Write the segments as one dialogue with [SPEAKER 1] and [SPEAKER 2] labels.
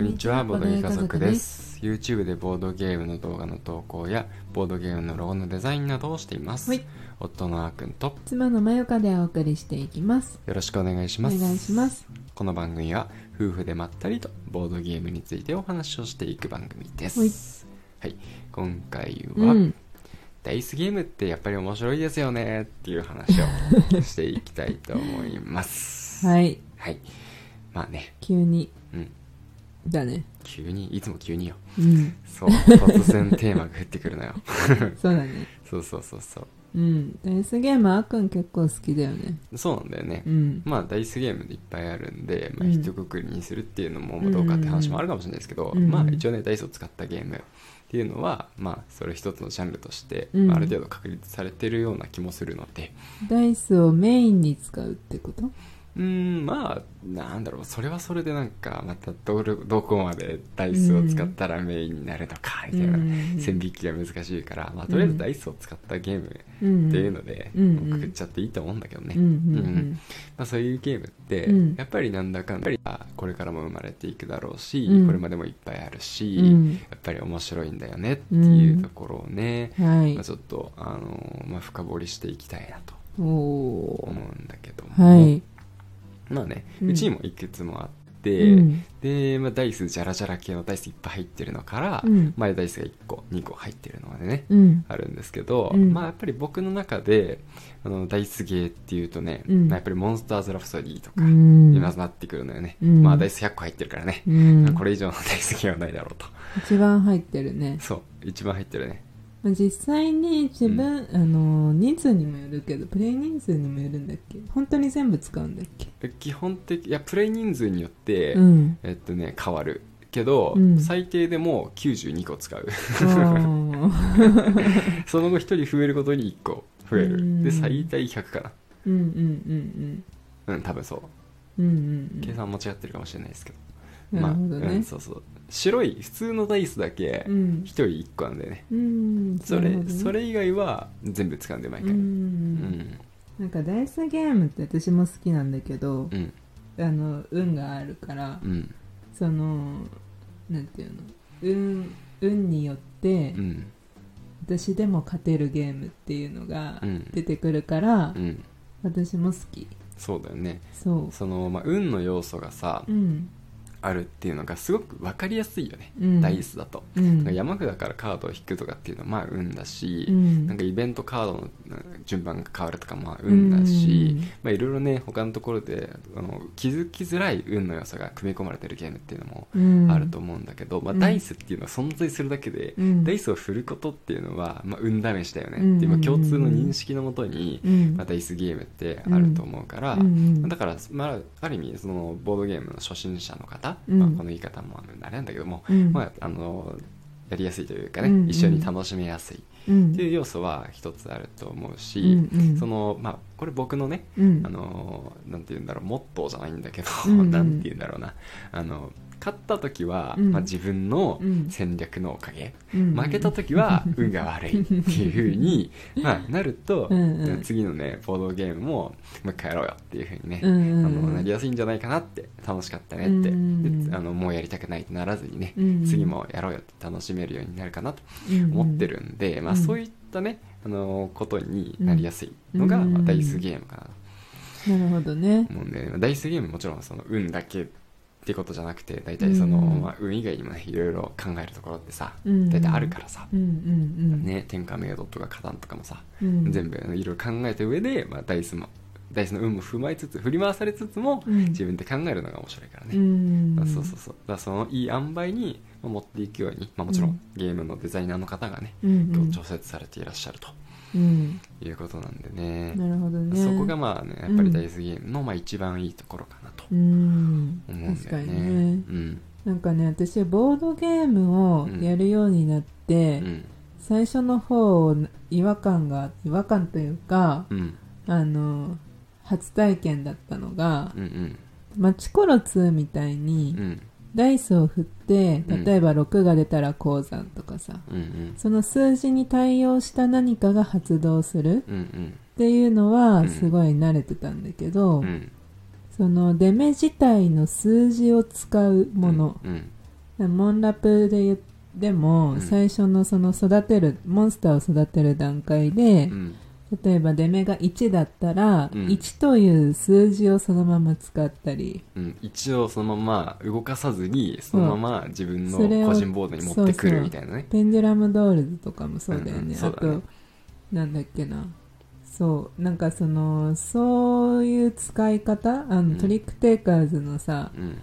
[SPEAKER 1] にちはボードゲー家族です YouTube でボードゲームの動画の投稿やボードゲームのロゴのデザインなどをしています、
[SPEAKER 2] はい
[SPEAKER 1] 夫のあーくんと
[SPEAKER 2] 妻のまよかでお送りしていきます
[SPEAKER 1] よろしくお願いし
[SPEAKER 2] お
[SPEAKER 1] ま
[SPEAKER 2] 願
[SPEAKER 1] す
[SPEAKER 2] いします
[SPEAKER 1] この番組は夫婦でまったりとボードゲームについてお話をしていく番組です
[SPEAKER 2] はい
[SPEAKER 1] はい、今回は、
[SPEAKER 2] うん
[SPEAKER 1] ダイスゲームってやっぱり面白いですよねっていう話をしていきたいと思いますい、
[SPEAKER 2] はい
[SPEAKER 1] はい、まあね
[SPEAKER 2] 急に
[SPEAKER 1] うん
[SPEAKER 2] だね
[SPEAKER 1] 急にいつも急 によ
[SPEAKER 2] うん
[SPEAKER 1] そう突然テーマが降ってくるのよ
[SPEAKER 2] そうだね
[SPEAKER 1] そうそうそうそ
[SPEAKER 2] うんダイスゲームあっくん結構好きだよね
[SPEAKER 1] うそうなんだよね、
[SPEAKER 2] うん
[SPEAKER 1] まあダイスゲームでいっぱいあるんで、まあ、
[SPEAKER 2] うん
[SPEAKER 1] 一括りにするっていうのもどうかって話もあるかもしれないですけど、
[SPEAKER 2] うん
[SPEAKER 1] まあ一応ねダイスを使ったゲームっていうのはまあそれ一つのジャンルとして、
[SPEAKER 2] うん
[SPEAKER 1] まあ、ある程度確立されてるような気もするので
[SPEAKER 2] ダイスをメインに使うってこと
[SPEAKER 1] うーんまあなんだろうそれはそれでなんかまたどれどこまでダイスを使ったらメインになるのかみたいな、
[SPEAKER 2] うん
[SPEAKER 1] 線引きが難しいから、まあ、とりあえずダイスを使ったゲーム
[SPEAKER 2] うん
[SPEAKER 1] っていうので、
[SPEAKER 2] うん
[SPEAKER 1] もくくっちゃっていいと思うんだけどね、
[SPEAKER 2] うんうん
[SPEAKER 1] うんまあ、そういうゲームって、
[SPEAKER 2] うん
[SPEAKER 1] やっぱりなんだかんだやっぱりこれからも生まれていくだろうし、
[SPEAKER 2] うん
[SPEAKER 1] これまでもいっぱいあるし、
[SPEAKER 2] うん
[SPEAKER 1] やっぱり面白いんだよねっていうところをね、
[SPEAKER 2] うんはい
[SPEAKER 1] まあ、ちょっと、あのーまあ、深掘りしていきたいなと
[SPEAKER 2] おお
[SPEAKER 1] 思うんだけど
[SPEAKER 2] ー
[SPEAKER 1] も、
[SPEAKER 2] はい
[SPEAKER 1] まあね
[SPEAKER 2] うん
[SPEAKER 1] うちにもいくつもあって、
[SPEAKER 2] うん
[SPEAKER 1] で、まあ、ダイスジャラジャラ系のダイスいっぱい入ってるのから、
[SPEAKER 2] うん
[SPEAKER 1] 前ダイスが1個2個入ってるのまでね、
[SPEAKER 2] うん
[SPEAKER 1] あるんですけど、
[SPEAKER 2] うん
[SPEAKER 1] まあやっぱり僕の中であのダイスゲーっていうとね、
[SPEAKER 2] うん
[SPEAKER 1] まあやっぱりモンスターズ・ラプソディと
[SPEAKER 2] う
[SPEAKER 1] か、
[SPEAKER 2] ん
[SPEAKER 1] 今なってくるのよね、
[SPEAKER 2] うん
[SPEAKER 1] まあダイス100個入ってるからね
[SPEAKER 2] う、ん
[SPEAKER 1] これ以上のダイスゲーはないだろうと
[SPEAKER 2] 一番入ってるね
[SPEAKER 1] そう一番入ってるね
[SPEAKER 2] まあ実際に自分、あの人数にもよるけどプレイ人数にもよるんだっけ本当に全部使うんだっけ
[SPEAKER 1] 基本的いやプレイ人数によって、
[SPEAKER 2] うん
[SPEAKER 1] えっとね変わるけど、
[SPEAKER 2] うん
[SPEAKER 1] 最低でも92個使う
[SPEAKER 2] あー
[SPEAKER 1] その後1人増えることに1個増える、
[SPEAKER 2] うん
[SPEAKER 1] で最大100かな
[SPEAKER 2] うんうんうん
[SPEAKER 1] うん多分そう
[SPEAKER 2] うんうんうん
[SPEAKER 1] 計算間違ってるかもしれないですけど、
[SPEAKER 2] うんなるほど
[SPEAKER 1] まあ、う
[SPEAKER 2] ね
[SPEAKER 1] ん、そうそう白い普通のダイスだけ、
[SPEAKER 2] うん
[SPEAKER 1] 一人一個なんだよね
[SPEAKER 2] うん
[SPEAKER 1] それ
[SPEAKER 2] なるほどね
[SPEAKER 1] それ以外は全部使うんで毎
[SPEAKER 2] う
[SPEAKER 1] 回うんん
[SPEAKER 2] なんかダイスゲームって私も好きなんだけど
[SPEAKER 1] うん
[SPEAKER 2] あの運があるから
[SPEAKER 1] うん
[SPEAKER 2] そのなんていうの運運によって
[SPEAKER 1] うん
[SPEAKER 2] 私でも勝てるゲームっていうのが
[SPEAKER 1] うん
[SPEAKER 2] 出てくるから
[SPEAKER 1] うん
[SPEAKER 2] 私も好き
[SPEAKER 1] そうだよね
[SPEAKER 2] そ
[SPEAKER 1] その、まあ、運の要素がさ
[SPEAKER 2] ううん
[SPEAKER 1] あるっていうのがすごく分かりやすいよね、
[SPEAKER 2] うん
[SPEAKER 1] ダイスだと、
[SPEAKER 2] うん
[SPEAKER 1] なんか山札からカードを引くとかっていうのはまあ運だし、
[SPEAKER 2] うん
[SPEAKER 1] なんかイベントカードのうん順番が変わるとかまあ運だし、
[SPEAKER 2] うん
[SPEAKER 1] まあ、いろいろね他のところであの気づきづらい運の要素が組み込まれてるゲームっていうのも
[SPEAKER 2] うん
[SPEAKER 1] あると思うんだけど、まあ、
[SPEAKER 2] うん
[SPEAKER 1] ダイスっていうのは存在するだけで、
[SPEAKER 2] うん
[SPEAKER 1] ダイスを振ることっていうのは、まあ、運試しだよね、
[SPEAKER 2] うんうんうん
[SPEAKER 1] っていうまあ共通の認識のもとに、
[SPEAKER 2] うん
[SPEAKER 1] まあ、ダイスゲームってあると思うから、
[SPEAKER 2] うんうんうん
[SPEAKER 1] だから、まあ、ある意味そのボードゲームの初心者の方、
[SPEAKER 2] うん
[SPEAKER 1] まあ、この言い方もあれなんだけども、
[SPEAKER 2] うん
[SPEAKER 1] まあ、あのやりやすいというかね、
[SPEAKER 2] うんうん
[SPEAKER 1] 一緒に楽しめやすい
[SPEAKER 2] うん
[SPEAKER 1] っていう要素は一つあると思うし、
[SPEAKER 2] うんうん
[SPEAKER 1] そのまあ、これ僕のね、
[SPEAKER 2] うん
[SPEAKER 1] あのなんて言うんだろうモットーじゃないんだけど、
[SPEAKER 2] うんうん
[SPEAKER 1] なんて言うんだろうなあの勝った時は、
[SPEAKER 2] うん
[SPEAKER 1] まあ、自分の
[SPEAKER 2] うん
[SPEAKER 1] 戦略のおかげ、
[SPEAKER 2] うん
[SPEAKER 1] 負けた時 は運が悪いっていうふうに、まあ、なると
[SPEAKER 2] うんうん
[SPEAKER 1] 次のねボードゲームももう一回やろうよっていうふうにね、
[SPEAKER 2] うんうん
[SPEAKER 1] あ
[SPEAKER 2] うん
[SPEAKER 1] のなりやすいんじゃないかなって楽しかったねって、
[SPEAKER 2] うん
[SPEAKER 1] であのもうやりたくないってならずにね、
[SPEAKER 2] うん
[SPEAKER 1] 次もやろうよって楽しめるようになるかなと
[SPEAKER 2] うんうん
[SPEAKER 1] 思ってるんで、まあ、
[SPEAKER 2] うん
[SPEAKER 1] そういったねあのことになりやすいの
[SPEAKER 2] う
[SPEAKER 1] が、
[SPEAKER 2] ん
[SPEAKER 1] まあ、ダイスゲームかなと
[SPEAKER 2] なるほどね
[SPEAKER 1] 思うんで、ダイスゲームもちろんその運だけってことじゃなくて大体その、
[SPEAKER 2] うん
[SPEAKER 1] まあ、運以外にもねいろいろ考えるところってさ
[SPEAKER 2] うん
[SPEAKER 1] 大体あるからさ、
[SPEAKER 2] うんうんうん
[SPEAKER 1] ね、天下メイドとか花壇とかもさ、
[SPEAKER 2] うん
[SPEAKER 1] 全部いろいろ考えた上で、まあ、ダイスもダイスの運も踏まえつつ振り回されつつも、
[SPEAKER 2] うん
[SPEAKER 1] 自分で考えるのが面白いからね、
[SPEAKER 2] うん
[SPEAKER 1] そうそうそうだからそのいい塩梅にまあ持っていくように、まあ、もちろんゲームのデザイナーの方がね、
[SPEAKER 2] うんうん
[SPEAKER 1] 調節されていらっしゃると
[SPEAKER 2] うん
[SPEAKER 1] いうことなんでね
[SPEAKER 2] なるほどね
[SPEAKER 1] そこがまあねやっぱりダイスゲームのまあ一番いいところかなと
[SPEAKER 2] うん
[SPEAKER 1] 思うん
[SPEAKER 2] 確
[SPEAKER 1] だ
[SPEAKER 2] か
[SPEAKER 1] よね。
[SPEAKER 2] にね
[SPEAKER 1] うん
[SPEAKER 2] なんかね私ボードゲームをやるようになっ
[SPEAKER 1] う
[SPEAKER 2] て
[SPEAKER 1] ん
[SPEAKER 2] 最初の方違和感が違和感というか
[SPEAKER 1] うん
[SPEAKER 2] あの初体験だったのが
[SPEAKER 1] うんうん
[SPEAKER 2] マチコロ2みたいに、
[SPEAKER 1] うん
[SPEAKER 2] ダイスを振って
[SPEAKER 1] うん
[SPEAKER 2] 例えば6が出たら鉱山とかさ、
[SPEAKER 1] うんうん
[SPEAKER 2] その数字に対応した何かが発動する
[SPEAKER 1] うんうん
[SPEAKER 2] っていうの
[SPEAKER 1] うん
[SPEAKER 2] はすごい慣れてたんだけど、
[SPEAKER 1] うん
[SPEAKER 2] その出目自体の数字を使うもの
[SPEAKER 1] うん
[SPEAKER 2] でモンラプで言っでも、
[SPEAKER 1] うん
[SPEAKER 2] 最初のその育てるモンスターを育てる段階で、
[SPEAKER 1] うん
[SPEAKER 2] 例えば出目が1だったら、
[SPEAKER 1] うん
[SPEAKER 2] 1という数字をそのまま使ったり
[SPEAKER 1] うん、一応そのまま動かさずにそのまま自分の
[SPEAKER 2] それを
[SPEAKER 1] 個人ボードに持って
[SPEAKER 2] そ
[SPEAKER 1] く
[SPEAKER 2] うそう
[SPEAKER 1] るみたいなね
[SPEAKER 2] ペンデュラムドールズとかもそうだよね,、
[SPEAKER 1] うんうんそうだね
[SPEAKER 2] あとなんだっけなそうなんかそのそういう使い方あの、
[SPEAKER 1] うん
[SPEAKER 2] トリックテイカーズのさ
[SPEAKER 1] うん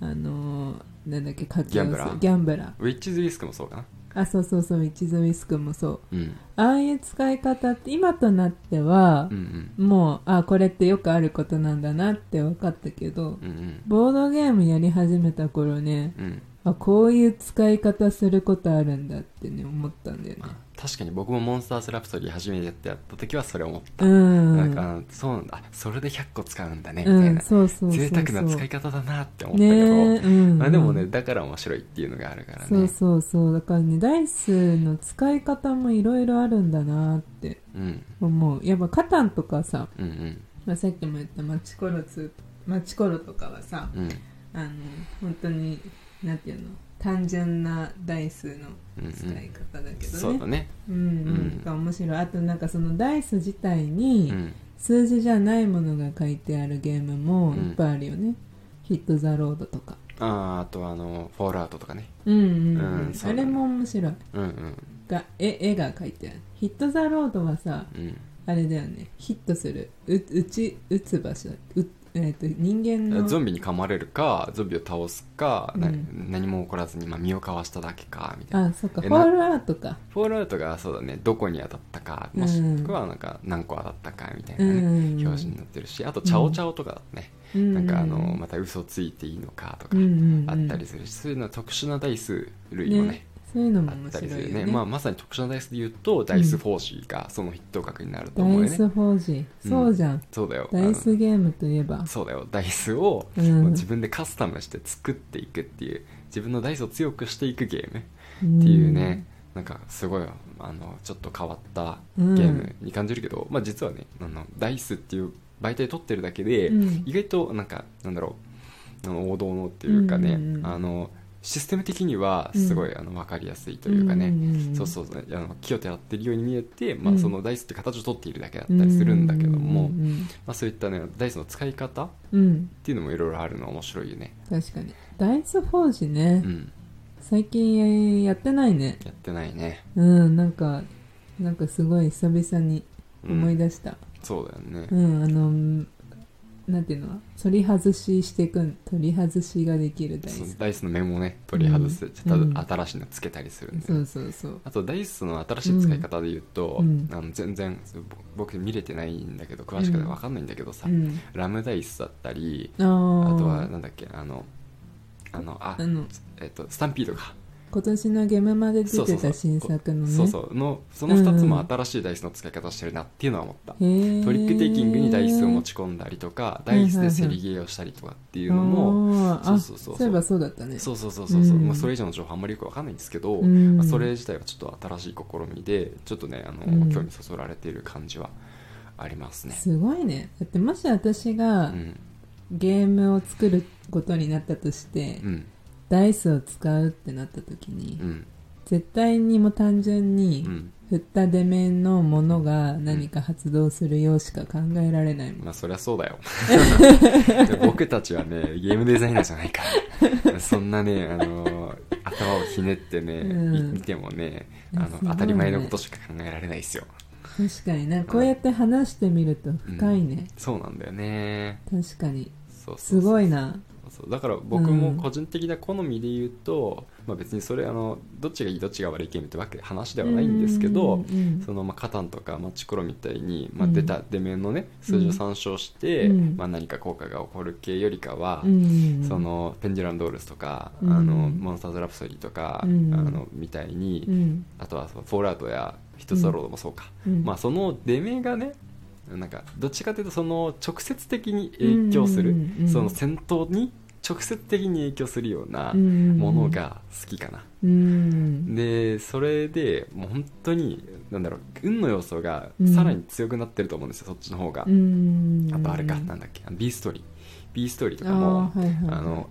[SPEAKER 2] あのなんだっけ活
[SPEAKER 1] ギャン
[SPEAKER 2] 用
[SPEAKER 1] ブ
[SPEAKER 2] す
[SPEAKER 1] ラ
[SPEAKER 2] る
[SPEAKER 1] ー
[SPEAKER 2] ギャンブラー
[SPEAKER 1] ウィッチズリスクもそうかな
[SPEAKER 2] あそうそうそう一途ミスクもそう
[SPEAKER 1] うん
[SPEAKER 2] ああいう使い方って今となっては
[SPEAKER 1] う、ん
[SPEAKER 2] もうあこれってよくあることなんだなって分かったけど、
[SPEAKER 1] うんうん
[SPEAKER 2] ボードゲームやり始めた頃ね
[SPEAKER 1] うんうん
[SPEAKER 2] あこういう使い方することあるんだってね思ったんだよね
[SPEAKER 1] まあ確かに僕もモンスタースラプソディ初めてやってやった時はそれ思った、
[SPEAKER 2] うん
[SPEAKER 1] なんかあのそうなんだあそれで100個使うんだねみた
[SPEAKER 2] う
[SPEAKER 1] い
[SPEAKER 2] ん
[SPEAKER 1] な、
[SPEAKER 2] そうそうそうそう
[SPEAKER 1] 贅沢な使い方だなって思ったけ
[SPEAKER 2] ね
[SPEAKER 1] ど、
[SPEAKER 2] え、うん
[SPEAKER 1] まあ、でもねだから面白いっていうのがあるからね
[SPEAKER 2] そうそうそうだからねダイスの使い方もいろいろあるんだなって
[SPEAKER 1] うん
[SPEAKER 2] 思うやっぱカタンとかさ、
[SPEAKER 1] うんうん
[SPEAKER 2] まあ、さっきも言ったマチコロツマチコロとかはさ
[SPEAKER 1] うん
[SPEAKER 2] あの本当になんていうの単純なダイスの
[SPEAKER 1] うんうん
[SPEAKER 2] 使い方だけど
[SPEAKER 1] そう
[SPEAKER 2] ね
[SPEAKER 1] だね
[SPEAKER 2] うん
[SPEAKER 1] うん
[SPEAKER 2] なんか面白いあとなんかそのダイス自体
[SPEAKER 1] う
[SPEAKER 2] に
[SPEAKER 1] ん
[SPEAKER 2] 数字じゃないものが書いてあるゲームもいっぱいあるよね、ヒット・ザ・ロードとか
[SPEAKER 1] あーあとあのフォールアウトとかね
[SPEAKER 2] うんうん、う
[SPEAKER 1] うんんそ
[SPEAKER 2] あ
[SPEAKER 1] うだね
[SPEAKER 2] れも面白い
[SPEAKER 1] うんうん
[SPEAKER 2] が絵絵が描いてあるヒット・ザ・ロードはさ
[SPEAKER 1] うん
[SPEAKER 2] あれだよねヒットするう打ち打つ場所う、えー、と人間の
[SPEAKER 1] ゾンビに噛まれるかゾンビを倒すか、
[SPEAKER 2] うん
[SPEAKER 1] な何も起こらずに、まあ、身をかわしただけかみたいな
[SPEAKER 2] あそっか
[SPEAKER 1] え
[SPEAKER 2] フ
[SPEAKER 1] な
[SPEAKER 2] ォールアウトか
[SPEAKER 1] フォールアウトがそうだねどこに当たったかもしくはなんか何個当たったかみたいな、ね
[SPEAKER 2] うん
[SPEAKER 1] 表示になってるしあとチャオチャオとかだね、
[SPEAKER 2] な
[SPEAKER 1] なんかあのまた嘘ついていいのかとかあったりするし、そういうのは特殊なダイス類もね
[SPEAKER 2] そういうのも
[SPEAKER 1] あ
[SPEAKER 2] 面
[SPEAKER 1] った
[SPEAKER 2] 白
[SPEAKER 1] り
[SPEAKER 2] いよ
[SPEAKER 1] するよ
[SPEAKER 2] ね
[SPEAKER 1] ねまあ、まさに特殊なダイスで言うとダイスフォーシーがその筆頭格になると
[SPEAKER 2] ダ
[SPEAKER 1] 思うよ
[SPEAKER 2] イ
[SPEAKER 1] ね、
[SPEAKER 2] スフォージーそうじゃん、
[SPEAKER 1] そうだよ
[SPEAKER 2] ダイスゲームといえ
[SPEAKER 1] あ
[SPEAKER 2] ば
[SPEAKER 1] のそうだよダイスを
[SPEAKER 2] うん
[SPEAKER 1] もう自分でカスタムして作っていくっていう自分のダイスを強くしていくゲーム
[SPEAKER 2] っ
[SPEAKER 1] っていうね、なんかすごいあのちょっと変わったゲームに感じるけど、まあ実はねあのダイスっていう媒体取ってるだけで、
[SPEAKER 2] うん
[SPEAKER 1] 意外となんかなんだろうあの王道のっていうかね、
[SPEAKER 2] うんうんうん
[SPEAKER 1] あのシステム的にはすごい、あの分かりやすいというかね、そう
[SPEAKER 2] う
[SPEAKER 1] そうそうあの木をてらってるように見えて、まあ、
[SPEAKER 2] うん
[SPEAKER 1] そのダイスって形を取っているだけだったりするんだけども、
[SPEAKER 2] うん
[SPEAKER 1] まあ、そういったねダイスの使い方っ
[SPEAKER 2] うんうん
[SPEAKER 1] ていうのもいろいろあるの面白いよね
[SPEAKER 2] 確かにダイスフォージね、
[SPEAKER 1] うん
[SPEAKER 2] 最近やってないね
[SPEAKER 1] やってないね、
[SPEAKER 2] うんなんかなんかすごい久々に
[SPEAKER 1] うん
[SPEAKER 2] 思い出した
[SPEAKER 1] そうだよね
[SPEAKER 2] うん、あのなんていうの取り外ししていくん取り外しができるダイ
[SPEAKER 1] そう
[SPEAKER 2] ス
[SPEAKER 1] ダイスの面もね取り外して、
[SPEAKER 2] うん
[SPEAKER 1] ただ
[SPEAKER 2] うん
[SPEAKER 1] 新しいのつけたりするんで、
[SPEAKER 2] そうそうそう
[SPEAKER 1] あとダイスの新しい使い方で言うと、
[SPEAKER 2] うん
[SPEAKER 1] あの全然そうぼ僕見れてないんだけど詳しくわかんないんだけどさ、
[SPEAKER 2] うん
[SPEAKER 1] ラムダイスだったり
[SPEAKER 2] あ
[SPEAKER 1] あ
[SPEAKER 2] ー
[SPEAKER 1] とはなんだっけあのあのあ
[SPEAKER 2] あの
[SPEAKER 1] えっとスタンピードか
[SPEAKER 2] 今年のゲームまで出
[SPEAKER 1] そうそ
[SPEAKER 2] て
[SPEAKER 1] うそ
[SPEAKER 2] た
[SPEAKER 1] う
[SPEAKER 2] 新作のね
[SPEAKER 1] そうそうのその2つも新しいダイスの使い方してるなっていうのは思った、
[SPEAKER 2] へ
[SPEAKER 1] トリックテイキングにダイスを持
[SPEAKER 2] っ
[SPEAKER 1] ち込んだりとかダイスで競りゲーをしたりとかって
[SPEAKER 2] て
[SPEAKER 1] いうのも、
[SPEAKER 2] あーあ
[SPEAKER 1] そうそうそうそう
[SPEAKER 2] そういえばそうだったね
[SPEAKER 1] そうそうそうそうそう、
[SPEAKER 2] うん
[SPEAKER 1] まあ、それ以上の情報あんまりよくわかんないんですけど、
[SPEAKER 2] うん
[SPEAKER 1] まあ、それ自体はちょっと新しい試みでちょっとねあの、
[SPEAKER 2] うん
[SPEAKER 1] 興味そそられている感じはありますね。
[SPEAKER 2] すごいねだってもし私
[SPEAKER 1] う
[SPEAKER 2] が
[SPEAKER 1] ん
[SPEAKER 2] ゲームを作ることになったとして、
[SPEAKER 1] うん
[SPEAKER 2] ダイスを使うってなった時に、
[SPEAKER 1] うん
[SPEAKER 2] 絶対にもう単純に
[SPEAKER 1] うん
[SPEAKER 2] 振った出面のものが何か発動するようしか考えられないもん、
[SPEAKER 1] まあそりゃそうだ よで僕たちはねゲームデザイナーじゃないからそんなねあの頭をひねってね、
[SPEAKER 2] うん
[SPEAKER 1] い見てもね
[SPEAKER 2] いや
[SPEAKER 1] あ
[SPEAKER 2] すごいね
[SPEAKER 1] の当たり前のことしか考えられないですよ
[SPEAKER 2] 確かになこうやって話してみると深いね、
[SPEAKER 1] そうなんだよね
[SPEAKER 2] 確かに
[SPEAKER 1] そうそう
[SPEAKER 2] す
[SPEAKER 1] そう
[SPEAKER 2] ごいな
[SPEAKER 1] そうだから僕も個人的な好みで言うと、まあ、別にそれあのどっちがいいどっちが悪いゲームってわけ話ではないんですけ
[SPEAKER 2] う
[SPEAKER 1] ど、
[SPEAKER 2] んうん
[SPEAKER 1] そのまあカタンとかマチクロみたいに、まあ、
[SPEAKER 2] うん
[SPEAKER 1] 出た出面のね数字を参照して、
[SPEAKER 2] うん
[SPEAKER 1] まあ、何か効果が起こる系よりかは、
[SPEAKER 2] うん
[SPEAKER 1] そのペンデュラムドールスとか、
[SPEAKER 2] うん
[SPEAKER 1] あのモンスターズ・ラプソディとか、
[SPEAKER 2] うん
[SPEAKER 1] あのみたいに、
[SPEAKER 2] うん
[SPEAKER 1] あとはそのフォールアウトやヒットストロードもそうか、
[SPEAKER 2] うん
[SPEAKER 1] まあ、その出目がねなんかどっちかというとその直接的に影響す
[SPEAKER 2] う
[SPEAKER 1] る、
[SPEAKER 2] んうんうん
[SPEAKER 1] その戦闘に直接的に影響するようなも
[SPEAKER 2] も
[SPEAKER 1] のが好きかな、
[SPEAKER 2] うん
[SPEAKER 1] でそれでもう本当になんだろう運の要素が
[SPEAKER 2] うん
[SPEAKER 1] さらに強くなってると思うんですよ、そっちの方が、
[SPEAKER 2] うん
[SPEAKER 1] あとあれかなんだっけあの B ストーリー B ストーリーとかも
[SPEAKER 2] あーはいはい
[SPEAKER 1] あの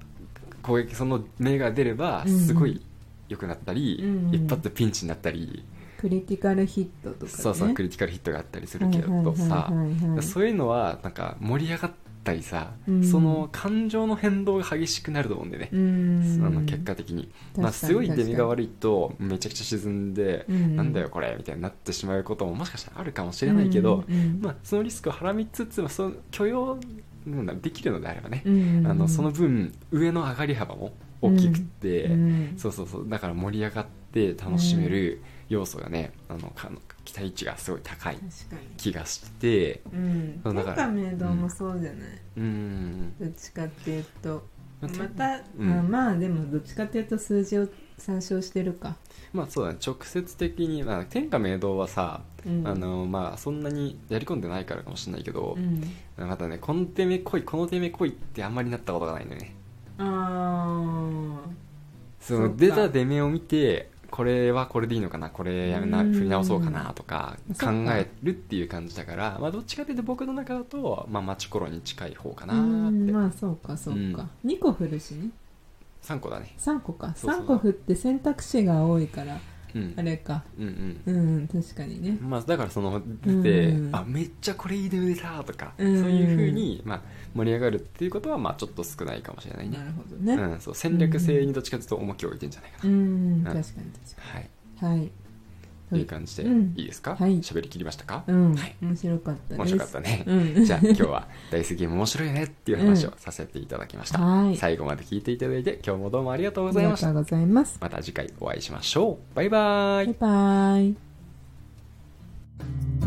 [SPEAKER 1] 攻撃その目が出れば
[SPEAKER 2] うん
[SPEAKER 1] すごい良くなったり、
[SPEAKER 2] うん
[SPEAKER 1] 一発でピンチになったり、
[SPEAKER 2] クリティカルヒットとかね
[SPEAKER 1] そうそうクリティカルヒットがあったりするけど
[SPEAKER 2] は
[SPEAKER 1] さ、
[SPEAKER 2] いはいはいはい
[SPEAKER 1] そういうのはなんか盛り上がったりさ、
[SPEAKER 2] うん
[SPEAKER 1] その感情の変動が激しくなると思うんでね、
[SPEAKER 2] うん
[SPEAKER 1] あの結果的に、
[SPEAKER 2] かに
[SPEAKER 1] まあ、強い出
[SPEAKER 2] 確か
[SPEAKER 1] 身
[SPEAKER 2] に
[SPEAKER 1] が悪いとめちゃくちゃ沈んで、
[SPEAKER 2] うん
[SPEAKER 1] なんだよこれみたいになってしまうことももしかしたらあるかもしれないけど、
[SPEAKER 2] うんうん
[SPEAKER 1] まあ、そのリスクをはらみつつ、まあ、その許容なんだできるのであればね、
[SPEAKER 2] うん
[SPEAKER 1] あのその分上の上がり幅も大きくて、
[SPEAKER 2] うん
[SPEAKER 1] そうそうそうだから盛り上がって楽しめる要素がね、あのか期待値がすごい高い
[SPEAKER 2] 確か
[SPEAKER 1] 気がして
[SPEAKER 2] にうん
[SPEAKER 1] そうだから
[SPEAKER 2] 天下明堂もそうじゃない、
[SPEAKER 1] うん
[SPEAKER 2] どっちかっていうと
[SPEAKER 1] まあ
[SPEAKER 2] また、
[SPEAKER 1] うん
[SPEAKER 2] あまあでもどっちかっていうと数字を参照してるか、
[SPEAKER 1] まあそうだね直接的に、まあ、天下明堂はさ、
[SPEAKER 2] うん
[SPEAKER 1] あのまあそんなにやり込んでないからかもしれないけど
[SPEAKER 2] う、ん、
[SPEAKER 1] またねこの手目来いこの手目来いってあんまりなったことがないのよね
[SPEAKER 2] あ
[SPEAKER 1] そ
[SPEAKER 2] そうか
[SPEAKER 1] の出た出目を見てこれはこれでいいのかなこれやめな
[SPEAKER 2] うん
[SPEAKER 1] 振り直そうかなとか
[SPEAKER 2] そ
[SPEAKER 1] 考
[SPEAKER 2] っか
[SPEAKER 1] えるっていう感じだから、まあ、どっちかというと僕の中だと、まあ、町コロに近い方か
[SPEAKER 2] ー
[SPEAKER 1] なーっ
[SPEAKER 2] うん
[SPEAKER 1] て、
[SPEAKER 2] まあそうかそうか、二2個振るしね
[SPEAKER 1] 3個だね、
[SPEAKER 2] 3個か
[SPEAKER 1] そうそう
[SPEAKER 2] 3個振って選択肢が多いから
[SPEAKER 1] うん、
[SPEAKER 2] あれか
[SPEAKER 1] うんうん
[SPEAKER 2] うん確かにね
[SPEAKER 1] まあ、だからその出て、
[SPEAKER 2] うん
[SPEAKER 1] あめっちゃこれいい出目出たとか、
[SPEAKER 2] うん
[SPEAKER 1] そういうふうに、まあ、盛り上がるっていうことはまあちょっと少ないかもしれないね
[SPEAKER 2] な、るほど
[SPEAKER 1] う
[SPEAKER 2] ね
[SPEAKER 1] ん、そう戦略性にどっちかというと重きを置いてんじゃないか
[SPEAKER 2] う
[SPEAKER 1] な、
[SPEAKER 2] ん、
[SPEAKER 1] ん
[SPEAKER 2] 確かに確か
[SPEAKER 1] はい
[SPEAKER 2] にはい
[SPEAKER 1] という感じで、
[SPEAKER 2] うん
[SPEAKER 1] いいですか
[SPEAKER 2] はい
[SPEAKER 1] 喋、りきりましたか、
[SPEAKER 2] うん、
[SPEAKER 1] はい
[SPEAKER 2] 面白かったです
[SPEAKER 1] 面白かったね、
[SPEAKER 2] うん
[SPEAKER 1] じゃあ今日は大好き面白いねっていう話をさせていただきました、
[SPEAKER 2] はい
[SPEAKER 1] 最後まで聞いていただいて今日もどうもありがとうご
[SPEAKER 2] あ
[SPEAKER 1] ざい
[SPEAKER 2] り
[SPEAKER 1] ま
[SPEAKER 2] が
[SPEAKER 1] した
[SPEAKER 2] とうございます
[SPEAKER 1] また次回お会いしましょうバイバーイ
[SPEAKER 2] バイバイ